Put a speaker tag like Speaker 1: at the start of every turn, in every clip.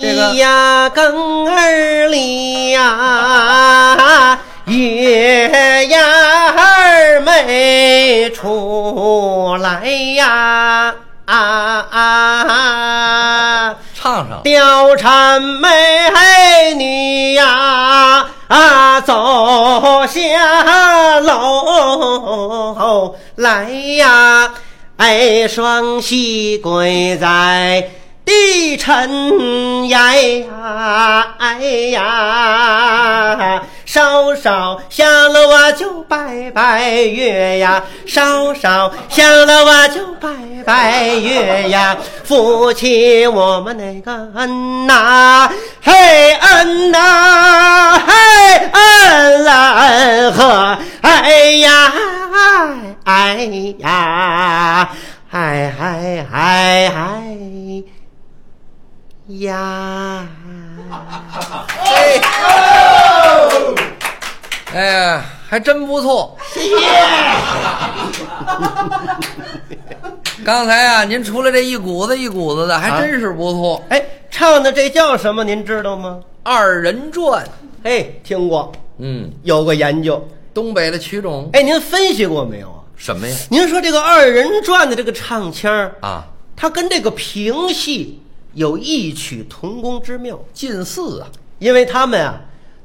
Speaker 1: 个
Speaker 2: 呀，更儿里呀，月牙儿没出来呀。啊啊！
Speaker 1: 唱上，
Speaker 2: 貂蝉美女呀、啊，走下楼来呀，哎，双膝跪在地尘呀，哎呀。稍稍下了我就拜拜月呀，稍稍下了我就拜拜月呀，夫妻我们那个恩呐、嘿恩呐、嘿恩啦恩呵，哎呀，哎呀，哎哎哎哎呀。
Speaker 1: 哎呀，还真不错。谢谢。刚才啊，您出来这一股子一股子的，还真是不错。
Speaker 2: 哎，唱的这叫什么？您知道吗？
Speaker 1: 二人转，
Speaker 2: 嘿，听过，
Speaker 1: 嗯，
Speaker 2: 有过研究。
Speaker 1: 东北的曲种，
Speaker 2: 哎，您分析过没有啊？
Speaker 1: 什么呀？
Speaker 2: 您说这个二人转的这个唱腔儿，
Speaker 1: 啊，
Speaker 2: 它跟这个评戏有异曲同工之妙，
Speaker 1: 近似啊，
Speaker 2: 因为他们啊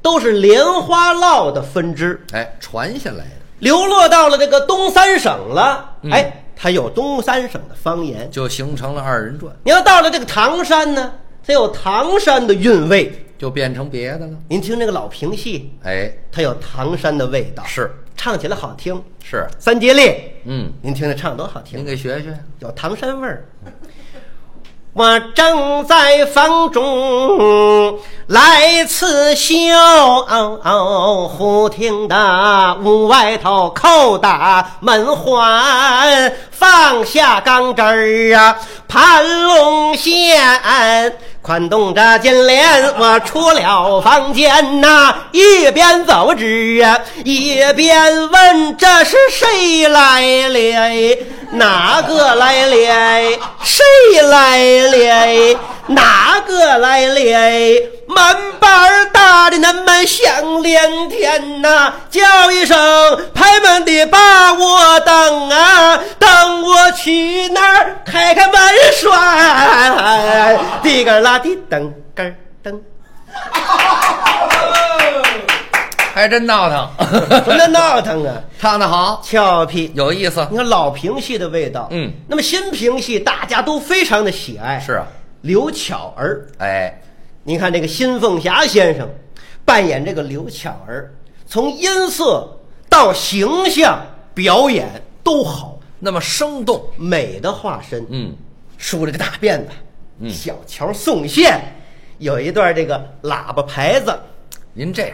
Speaker 2: 都是莲花落的分支，
Speaker 1: 哎，传下来的
Speaker 2: 流落到了这个东三省了。
Speaker 1: 嗯
Speaker 2: 哎，它有东三省的方言。
Speaker 1: 就形成了二人转，
Speaker 2: 你要到了这个唐山呢，它有唐山的韵味。
Speaker 1: 就变成别的了。
Speaker 2: 您听这个老评戏，
Speaker 1: 哎，
Speaker 2: 它有唐山的味道，
Speaker 1: 是
Speaker 2: 唱起来好听。
Speaker 1: 是，
Speaker 2: 三节烈，
Speaker 1: 嗯，
Speaker 2: 您听着唱多好听，
Speaker 1: 您给学学。
Speaker 2: 有唐山味儿。我正在房中来刺绣，忽听得屋外头叩打门环，放下钢枝儿啊，盘龙线。款动着金莲，我出了房间呐、一边走之啊，一边问这是谁来了？哎哪个来了？哎谁来了？哎哪个来哎了？门板儿大的南门响连天呐、叫一声拍门的把我等啊，等我去那儿开开门栓，滴个啦滴噔咯噔，
Speaker 1: 还真闹 腾，
Speaker 2: 什么闹腾啊，
Speaker 1: 唱得好，
Speaker 2: 俏皮。
Speaker 1: 有意思。
Speaker 2: 你看老评戏的味道，
Speaker 1: 嗯，
Speaker 2: 那么新评戏大家都非常的喜爱，
Speaker 1: 是啊
Speaker 2: 刘巧儿，
Speaker 1: 哎，
Speaker 2: 您看这个新凤霞先生扮演这个刘巧儿，从音色到形象表演都好，
Speaker 1: 那么生动，
Speaker 2: 美的化身。
Speaker 1: 嗯，
Speaker 2: 梳了个大辫子，小桥送线，有一段这个喇叭牌子
Speaker 1: 您这样，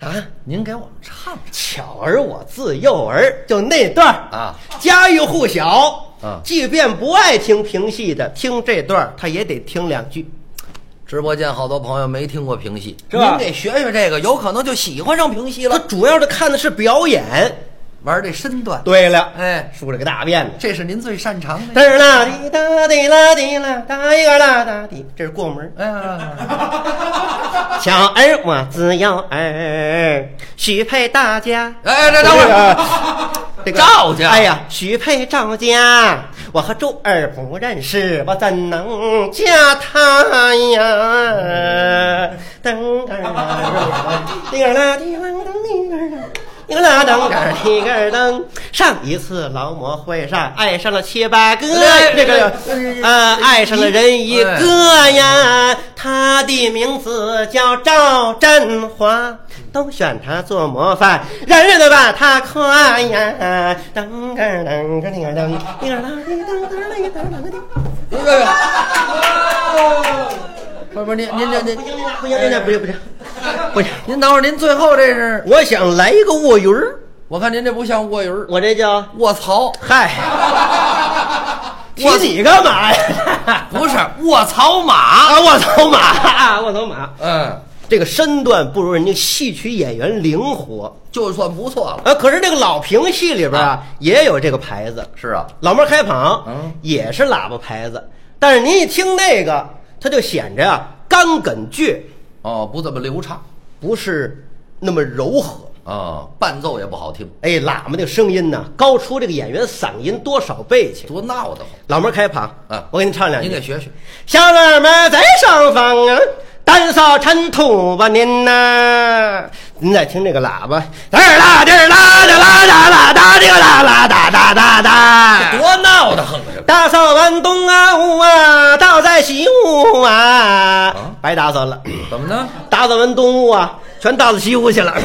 Speaker 2: 啊。
Speaker 1: 您给我们唱唱。
Speaker 2: 巧儿我自幼儿就那段儿
Speaker 1: 啊，
Speaker 2: 家喻户晓
Speaker 1: 啊
Speaker 2: 即便不爱听评戏的，听这段儿他也得听两句。
Speaker 1: 直播间好多朋友没听过评戏，
Speaker 2: 是吧
Speaker 1: 您得学学这个，有可能就喜欢上评戏
Speaker 2: 他
Speaker 1: 了。
Speaker 2: 主要的看的是表演。
Speaker 1: 玩这身段，
Speaker 2: 对了，
Speaker 1: 哎，
Speaker 2: 梳了个大辫子。
Speaker 1: 这是您最擅长的。
Speaker 2: 嘚儿啦滴哒滴啦滴啦哒一个啦哒滴，这是过门儿。
Speaker 1: 哎呀，
Speaker 2: 小儿我自幼儿，许配大家。
Speaker 1: 哎，这等会儿，
Speaker 2: 这个
Speaker 1: 赵家
Speaker 2: 哎呀，许配赵家，我和柱儿不认识，我怎能嫁他呀？噔个儿啦，滴个儿啦，滴个儿啦，滴个儿啦。滴个儿啦噔个儿滴个儿噔，上一次劳模会上爱上了七八个，
Speaker 1: 哎
Speaker 2: 这个呃爱上了人一个呀，他的名字叫赵振华，都选他做模范，人人都把他夸呀。噔个儿噔个儿噔个儿噔，叮个儿啷叮当当啷个当啷个叮。
Speaker 1: 哎呀不是不是，您您您
Speaker 2: 啊不
Speaker 1: 您
Speaker 2: 行，不行，不行，不行，不行，不行！
Speaker 1: 您等会儿，您最后这是，
Speaker 2: 我想来一个卧云儿，
Speaker 1: 我看您这不像卧云儿，
Speaker 2: 我这叫
Speaker 1: 卧槽，
Speaker 2: 嗨。提你干嘛呀？
Speaker 1: 不是卧槽马，
Speaker 2: 啊，我操马，啊我操马！
Speaker 1: 嗯，
Speaker 2: 这个身段不如人家戏曲演员灵活
Speaker 1: 就算不错了。
Speaker 2: 啊。可是这个老评戏里边啊，也有这个牌子，
Speaker 1: 是啊，
Speaker 2: 老妹儿开捧
Speaker 1: 嗯，
Speaker 2: 也是喇叭牌子。但是您一听那个，它就显着啊，干梗倔，
Speaker 1: 哦，不怎么流畅
Speaker 2: 不是那么柔和。
Speaker 1: 啊，伴奏也不好听，
Speaker 2: 哎，喇嘛那个声音呢，高出这个演员嗓音多少倍去。
Speaker 1: 多闹腾
Speaker 2: 老妹儿开趴
Speaker 1: 啊
Speaker 2: 我给你唱两句。
Speaker 1: 您给学学，
Speaker 2: 小喇嘛在上方啊，单扫尘土吧您呐、您再听这个喇叭，嘚儿啦嘚儿啦嘚啦哒啦哒这个啦啦哒哒哒哒。
Speaker 1: 多闹腾啊！这
Speaker 2: 打扫完东啊屋啊，倒在西屋啊，白打扫了。
Speaker 1: 怎么呢？
Speaker 2: 打扫完东屋啊，全倒到西屋去了。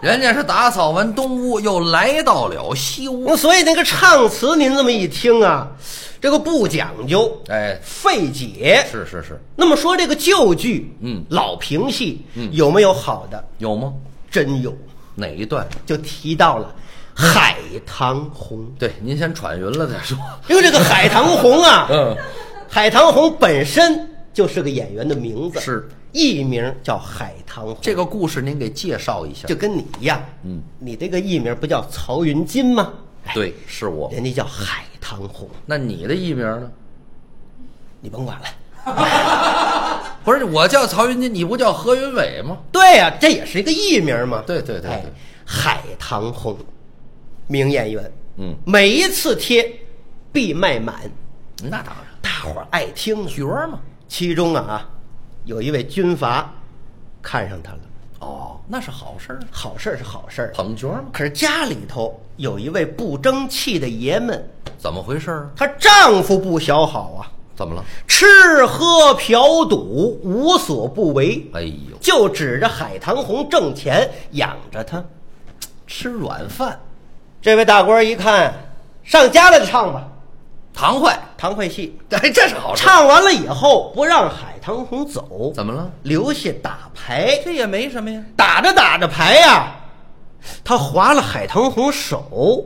Speaker 1: 人家是打扫完东屋，又来到了西屋。
Speaker 2: 所以那个唱词，您这么一听啊，这个不讲究，
Speaker 1: 哎，
Speaker 2: 费解。
Speaker 1: 是是是，
Speaker 2: 那么说这个旧剧，
Speaker 1: 嗯
Speaker 2: 老评戏，有没有好的？
Speaker 1: 有吗？
Speaker 2: 真有，
Speaker 1: 哪一段？
Speaker 2: 就提到了《海棠红》，
Speaker 1: 对，您先喘匀了再说。
Speaker 2: 因为这个《海棠红》啊，
Speaker 1: 嗯，
Speaker 2: 海棠红》本身就是个演员的名字，
Speaker 1: 是
Speaker 2: 艺名叫海棠红，
Speaker 1: 这个故事您给介绍一下。
Speaker 2: 就跟你一样，
Speaker 1: 嗯，
Speaker 2: 你这个艺名不叫曹云金吗？哎，
Speaker 1: 对，是我。
Speaker 2: 人家叫海棠红，
Speaker 1: 那你的艺名呢？
Speaker 2: 你甭管了。
Speaker 1: 不是，我叫曹云金，你不叫何云伟吗？
Speaker 2: 对呀、这也是一个艺名嘛。
Speaker 1: 对对对对
Speaker 2: 哎海棠红，名演员，
Speaker 1: 嗯
Speaker 2: 每一次贴必卖满，
Speaker 1: 那当然，
Speaker 2: 大伙儿爱听啊。
Speaker 1: 角儿嘛。
Speaker 2: 其中啊，有一位军阀看上他了，
Speaker 1: 哦，那是好事儿，
Speaker 2: 好事儿是好事儿，
Speaker 1: 捧角儿嘛。
Speaker 2: 可是家里头有一位不争气的爷们，
Speaker 1: 怎么回事儿啊？
Speaker 2: 她丈夫不小好啊，
Speaker 1: 怎么了？
Speaker 2: 吃喝嫖赌无所不为，
Speaker 1: 哎呦，
Speaker 2: 就指着海棠红挣钱养着她。
Speaker 1: 吃软饭，
Speaker 2: 这位大官一看，上家来唱吧，
Speaker 1: 堂会。
Speaker 2: 堂会戏。
Speaker 1: 哎，这是好事儿。
Speaker 2: 唱完了以后，不让海棠红走，
Speaker 1: 怎么了？
Speaker 2: 留下打牌。
Speaker 1: 这也没什么呀。
Speaker 2: 打着打着牌呀、他划了海棠红手，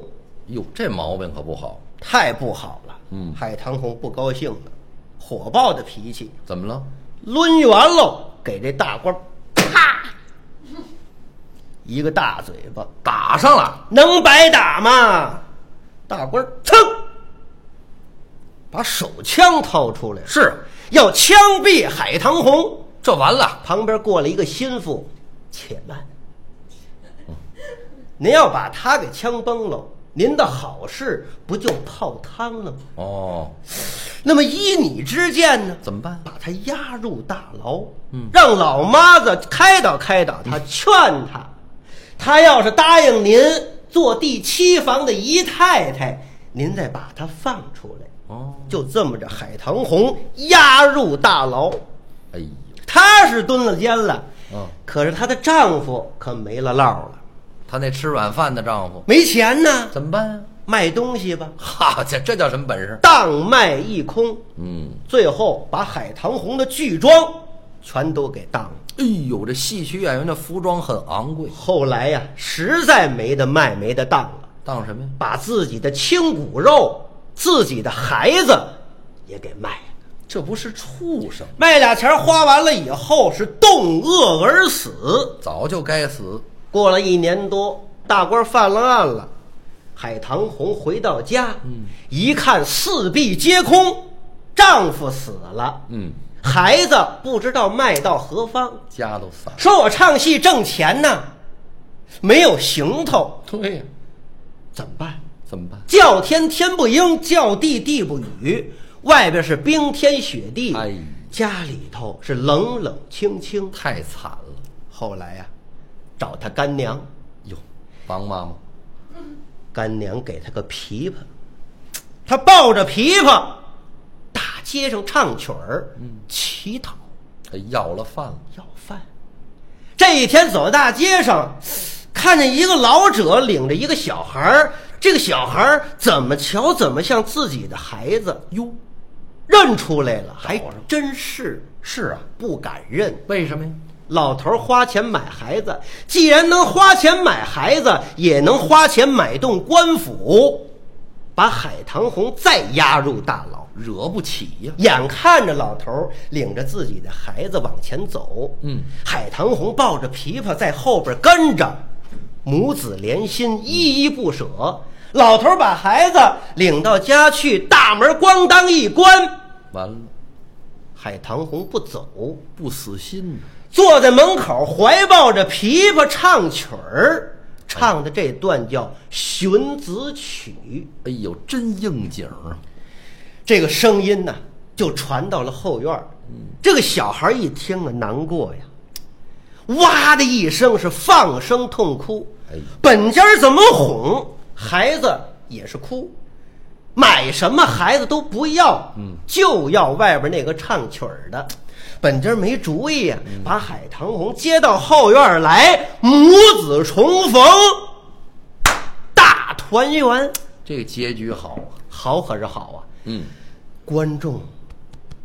Speaker 1: 哟，这毛病可不好。
Speaker 2: 太不好了。
Speaker 1: 嗯
Speaker 2: 海棠红不高兴了，火爆的脾气，
Speaker 1: 怎么了？
Speaker 2: 抡圆喽，给这大官儿啪一个大嘴巴，
Speaker 1: 打上了，
Speaker 2: 能白打吗？大官儿噌，把手枪掏出来了，
Speaker 1: 是
Speaker 2: 要枪毙海棠红。
Speaker 1: 这完了。
Speaker 2: 旁边过来一个心腹，且慢，
Speaker 1: 嗯
Speaker 2: 您要把他给枪崩了，您的好事不就泡汤了吗？
Speaker 1: 哦，
Speaker 2: 那么依你之见呢？
Speaker 1: 怎么办？
Speaker 2: 把他押入大牢，
Speaker 1: 嗯
Speaker 2: 让老妈子开导开导他，劝他，他要是答应您做第七房的姨太太，您再把他放出来。
Speaker 1: 哦，
Speaker 2: 就这么着，海棠红押入大牢。
Speaker 1: 哎呦，
Speaker 2: 她是蹲了监了，
Speaker 1: 嗯
Speaker 2: 可是她的丈夫可没了落了，
Speaker 1: 她那吃软饭的丈夫
Speaker 2: 没钱呢，
Speaker 1: 怎么办呀、
Speaker 2: 卖东西吧，
Speaker 1: 哈，这这叫什么本事？
Speaker 2: 当卖一空，
Speaker 1: 嗯，
Speaker 2: 最后把海棠红的剧装全都给当了。
Speaker 1: 哎呦，这戏曲演员的服装很昂贵，
Speaker 2: 后来呀，实在没得卖，没得当了，
Speaker 1: 当什么呀？
Speaker 2: 把自己的亲骨肉、自己的孩子也给卖了，
Speaker 1: 这不是畜生，
Speaker 2: 卖俩钱儿花完了以后是冻饿而死。
Speaker 1: 早就该死。
Speaker 2: 过了一年多，大官犯了案了，海棠红回到家，一看四壁皆空，丈夫死了，
Speaker 1: 嗯，
Speaker 2: 孩子不知道卖到何方，
Speaker 1: 家都散了。
Speaker 2: 说我唱戏挣钱呢，没有行头，
Speaker 1: 对呀、
Speaker 2: 怎么办？
Speaker 1: 怎么办？
Speaker 2: 叫天天不应，叫地地不语，外边是冰天雪地，
Speaker 1: 哎
Speaker 2: 家里头是冷冷清清。
Speaker 1: 太惨了。
Speaker 2: 后来呀、找他干娘，
Speaker 1: 哟，王妈妈，
Speaker 2: 干娘给他个琵琶，他抱着琵琶，大街上唱曲儿，乞讨
Speaker 1: 她要了饭了。
Speaker 2: 要饭。这一天走在大街上，看见一个老者领着一个小孩儿，这个小孩儿怎么瞧怎么像自己的孩子，
Speaker 1: 哟，
Speaker 2: 认出来了，还
Speaker 1: 找着
Speaker 2: 真是
Speaker 1: 是啊，
Speaker 2: 不敢认。
Speaker 1: 为什么呀？
Speaker 2: 老头儿花钱买孩子，既然能花钱买孩子，也能花钱买栋官府，把海棠红再押入大牢。
Speaker 1: 惹不起呀、
Speaker 2: 眼看着老头儿领着自己的孩子往前走，
Speaker 1: 嗯，
Speaker 2: 海棠红抱着琵琶在后边跟着，母子连心，依依不舍。老头儿把孩子领到家去，大门咣当一关，
Speaker 1: 完了，
Speaker 2: 海棠红不走，
Speaker 1: 不死心呢。
Speaker 2: 坐在门口怀抱着琵琶唱曲儿，唱的这段叫《寻子曲》。
Speaker 1: 哎呦，真应景儿。
Speaker 2: 这个声音呢，就传到了后院儿。这个小孩一听啊，难过呀，哇的一声是放声痛哭
Speaker 1: 哎。
Speaker 2: 本家儿怎么哄孩子也是哭，买什么孩子都不要，就要外边那个唱曲儿的。本家儿没主意呀、把海棠红接到后院儿来，母子重逢，大团圆，
Speaker 1: 这个结局好啊。
Speaker 2: 好可是好啊！
Speaker 1: 嗯，
Speaker 2: 观众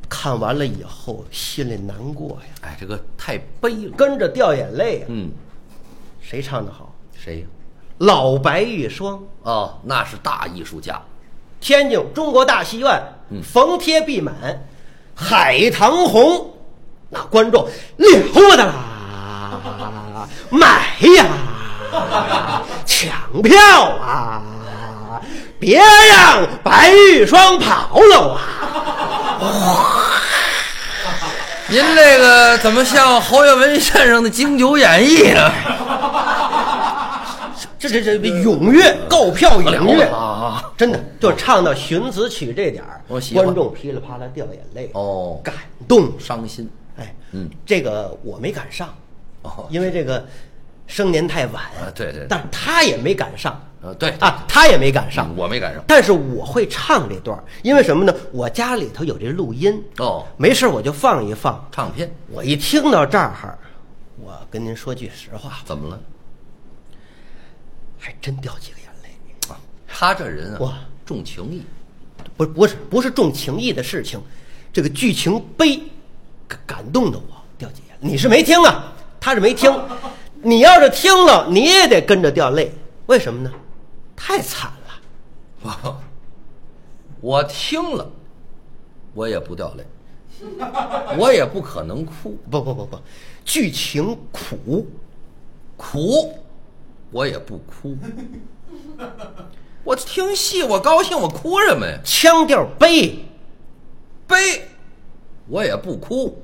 Speaker 2: 看完了以后心里难过呀，
Speaker 1: 哎，这个太悲了。
Speaker 2: 跟着掉眼泪呀。啊
Speaker 1: 嗯，
Speaker 2: 谁唱得好？
Speaker 1: 谁呀、
Speaker 2: 老白玉霜，
Speaker 1: 哦，那是大艺术家。
Speaker 2: 天津中国大戏院
Speaker 1: 嗯
Speaker 2: 逢贴必满，海棠红，那观众了不得 啦，买呀，抢票啊！别让白玉霜跑了啊！
Speaker 1: 您这个怎么像侯耀文先生的京九演绎呢？
Speaker 2: 这这这踊跃购票
Speaker 1: 不了
Speaker 2: 踊跃
Speaker 1: 了啊！
Speaker 2: 真的就唱到《寻子曲》这点儿，
Speaker 1: 我喜欢
Speaker 2: 观众噼里啪啦掉眼泪，
Speaker 1: 哦
Speaker 2: 感动。
Speaker 1: 伤心。
Speaker 2: 哎，
Speaker 1: 嗯，
Speaker 2: 这个我没赶上，
Speaker 1: 哦
Speaker 2: 因为这个生年太晚
Speaker 1: 啊对对对
Speaker 2: 但是他也没赶上
Speaker 1: 呃，对
Speaker 2: 啊，他也没赶上，
Speaker 1: 我没赶上。
Speaker 2: 但是我会唱这段儿，因为什么呢？我家里头有这录音
Speaker 1: 哦
Speaker 2: 没事儿我就放一放。
Speaker 1: 唱片
Speaker 2: 我一听到这儿，我跟您说句实话，
Speaker 1: 怎么了？
Speaker 2: 还真掉几个眼泪。
Speaker 1: 他这人啊，
Speaker 2: 哇
Speaker 1: 重情义。
Speaker 2: 不不是不是重情义的事情，这个剧情悲感感动的我掉几眼。你是没听啊，他是没听，你要是听了，你也得跟着掉泪。为什么呢？太惨了。
Speaker 1: 我听了，我也不掉泪，我也不可能哭，
Speaker 2: 不不不不，剧情苦，
Speaker 1: 苦我也不哭。我听戏，我高兴，我哭什么呀？
Speaker 2: 腔调悲，
Speaker 1: 悲，我也不哭，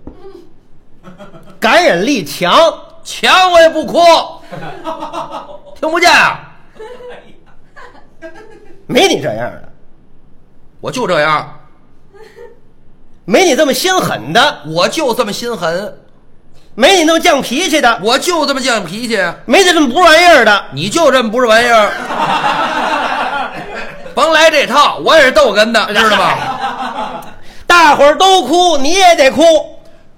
Speaker 2: 感染力强。
Speaker 1: 强我也不哭，听不见啊？
Speaker 2: 没你这样的，
Speaker 1: 我就这样，
Speaker 2: 没你这么心狠的，
Speaker 1: 我就这么心狠，
Speaker 2: 没你那么犟脾气的，
Speaker 1: 我就这么犟脾气，
Speaker 2: 没你这么不玩意儿的。
Speaker 1: 你就这么不是玩意儿， 甭来这套，我也是逗哏的，知道吗？
Speaker 2: 大伙儿都哭，你也得哭。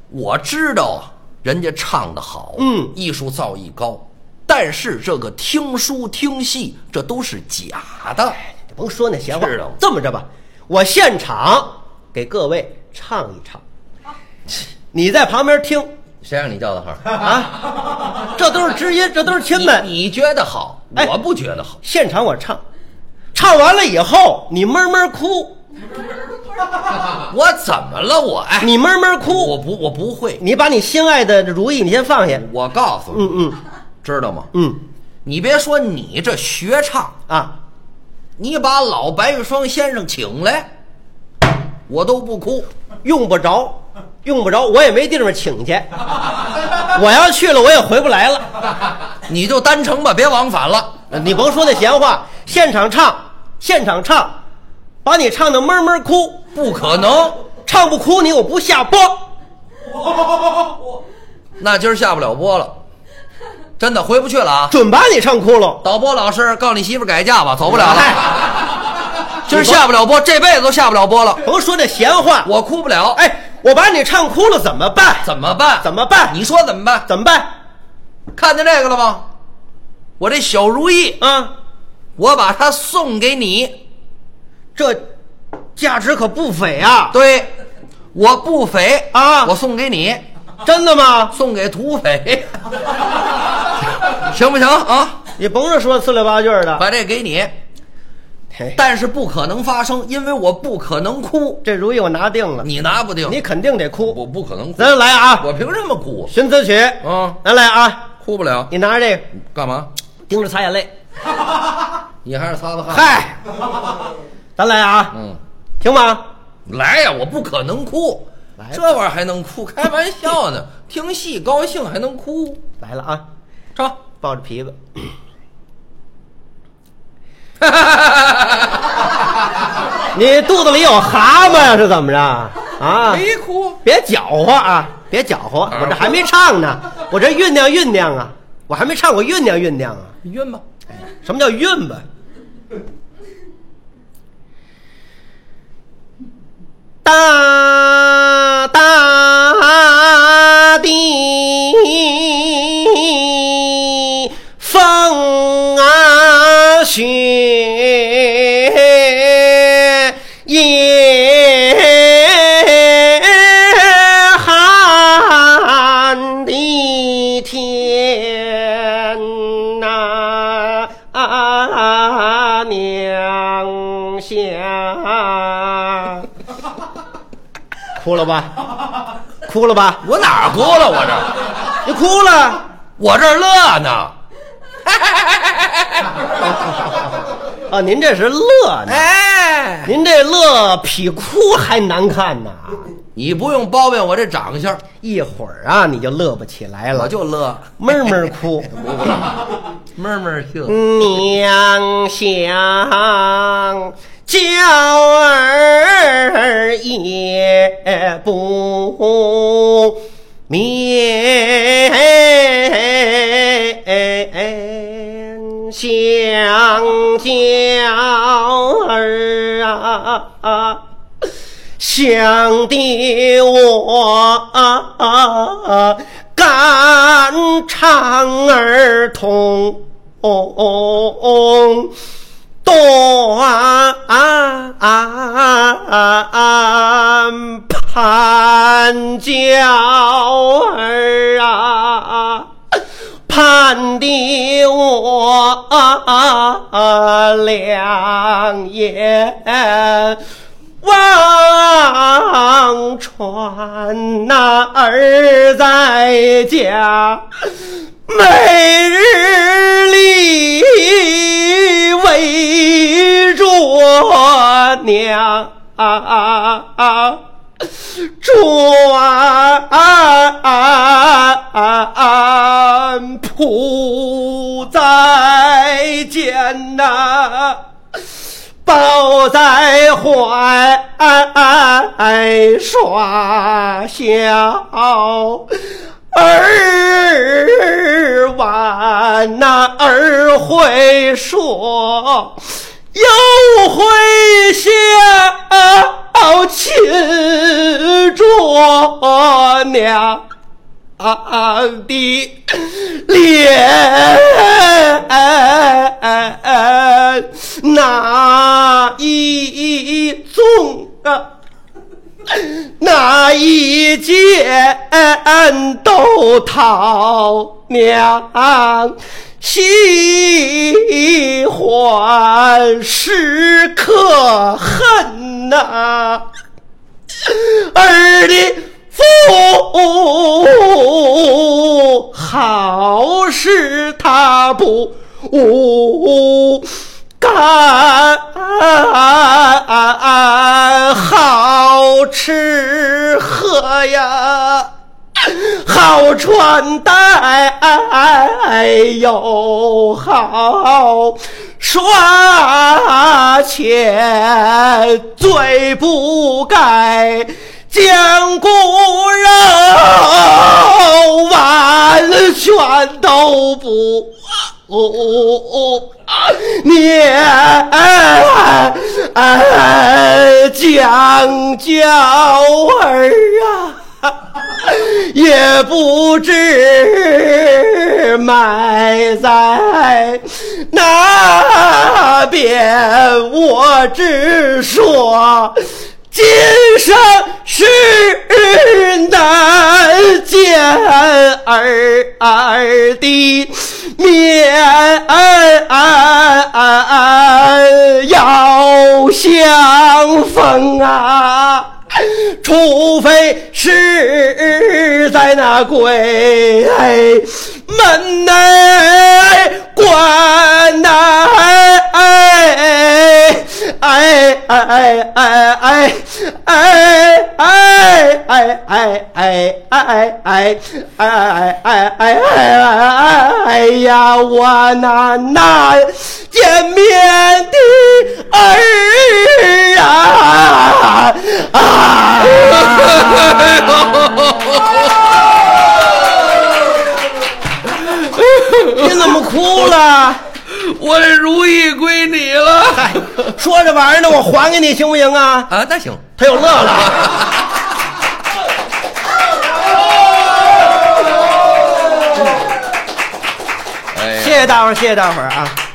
Speaker 1: 我知道啊，人家唱的好，
Speaker 2: 嗯
Speaker 1: 艺术造诣高，但是这个听书听戏这都是假的。
Speaker 2: 甭说那闲话
Speaker 1: 是的，
Speaker 2: 这么着吧，我现场给各位唱一唱，你在旁边 听
Speaker 1: 谁让你叫的好？
Speaker 2: 啊，这都是知音，这都是亲们。
Speaker 1: 你你觉得好，
Speaker 2: 哎
Speaker 1: 我不觉得好。
Speaker 2: 现场我唱，唱完了以后你闷闷哭，
Speaker 1: 我怎么了？我哎，
Speaker 2: 啊你闷闷
Speaker 1: 我
Speaker 2: 哭，
Speaker 1: 不我不会。
Speaker 2: 你把你心爱的如意你先放下，
Speaker 1: 我告诉你，
Speaker 2: 嗯嗯
Speaker 1: 知道吗？
Speaker 2: 嗯
Speaker 1: 你别说你这学唱，
Speaker 2: 啊，
Speaker 1: 你把老白玉霜先生请来，我都不哭。
Speaker 2: 用不着，用不着，我也没地方请 去，我要去了我也回不来了。
Speaker 1: 你就单程吧，别往返了。
Speaker 2: 呃你甭说那闲话，现场唱，现场唱，把你唱的闷闷哭，
Speaker 1: 不可能，
Speaker 2: 唱不哭你我不下播。
Speaker 1: 那今儿下不了播了，真的回不去了啊！
Speaker 2: 准把你唱哭了。
Speaker 1: 导播老师，告你媳妇改嫁吧，走不了了。
Speaker 2: 哎
Speaker 1: 今儿下不了播，这辈子都下不了播了。
Speaker 2: 甭说这闲话，
Speaker 1: 我哭不了，，
Speaker 2: 哎，我把你唱哭了怎么办？
Speaker 1: 怎么办？
Speaker 2: 怎么办
Speaker 1: 你说怎么办？
Speaker 2: 怎么办？
Speaker 1: 看见这个了吗？我这小如意，
Speaker 2: 啊，
Speaker 1: 我把它送给你。
Speaker 2: 这价值可不菲啊！
Speaker 1: 对，我不菲
Speaker 2: 啊
Speaker 1: 我送给你，
Speaker 2: 真的吗？
Speaker 1: 送给土匪， 行不行啊？
Speaker 2: 你甭是说四六八句儿的，
Speaker 1: 把这给你，
Speaker 2: 嘿
Speaker 1: 但是不可能发生，因为我不可能哭，
Speaker 2: 这如意我拿定了，
Speaker 1: 你拿不定，
Speaker 2: 你肯定得哭。
Speaker 1: 我不可能哭，
Speaker 2: 咱来啊，
Speaker 1: 我凭什么哭？
Speaker 2: 寻子曲，
Speaker 1: 嗯
Speaker 2: 咱来啊，
Speaker 1: 哭不了，
Speaker 2: 你拿着这个，
Speaker 1: 干嘛？
Speaker 2: 盯着擦眼泪。
Speaker 1: 你还是擦擦汗。，
Speaker 2: 嗨，咱来啊，
Speaker 1: 嗯，
Speaker 2: 行吗？
Speaker 1: 来呀，我不可能哭，哎
Speaker 2: 来
Speaker 1: 这玩意儿还能哭？开玩笑呢，听戏高兴还能哭？
Speaker 2: 来了啊，
Speaker 1: 唱，
Speaker 2: 抱着皮子， 你肚子里有蛤蟆呀？是怎么着啊？
Speaker 1: 没哭，
Speaker 2: 别搅和啊！别搅和，
Speaker 1: 啊
Speaker 2: 我这还没唱呢，我这酝酿酝酿啊，我还没唱，我酝酿酝酿啊。
Speaker 1: 你晕吧？
Speaker 2: 什么叫韵吧？大大地风啊雪夜寒的天呐、啊，娘下，哭了吧？哭了吧？
Speaker 1: 我哪儿哭了？我这，
Speaker 2: 你哭了？
Speaker 1: 我这儿乐呢。
Speaker 2: 啊，您这是乐呢？
Speaker 1: 哎，
Speaker 2: 您这乐比哭还难看呢！
Speaker 1: 你不用包庇我这长相，
Speaker 2: 一会儿啊，你就乐不起来
Speaker 1: 我
Speaker 2: 了，
Speaker 1: 就乐，
Speaker 2: 闷闷哭。
Speaker 1: 闷闷儿乐。
Speaker 2: 娘想娇儿也不眠，想娇儿啊。想的我、肝肠儿痛，断盘脚儿啊！盼的我两眼望穿那儿在家，每日里围着娘。转扑在肩呐、抱在怀，耍笑。儿晚那儿会说，又会笑，亲着娘。啊的脸，哪一种啊？哪一件都讨娘喜欢，时刻恨呐、儿的父好事他不干，好吃喝呀。好穿戴又好耍钱，最不该将骨肉完全都不。念将娇儿啊，也不知埋在哪边，我只说。今生是难见儿儿的面，要相逢啊。除非是在那鬼门内关内，哎哎哎哎哎哎哎哎哎哎哎哎哎哎哎哎哎哎哎哎哎呀！我那难见面的儿啊啊！你怎么哭了？
Speaker 1: 我这如意归你了。
Speaker 2: 说着玩呢，我还给你行不行啊？
Speaker 1: 啊，那行，
Speaker 2: 他又乐了。
Speaker 1: 哎呀
Speaker 2: 谢谢大伙儿，谢谢大伙儿啊！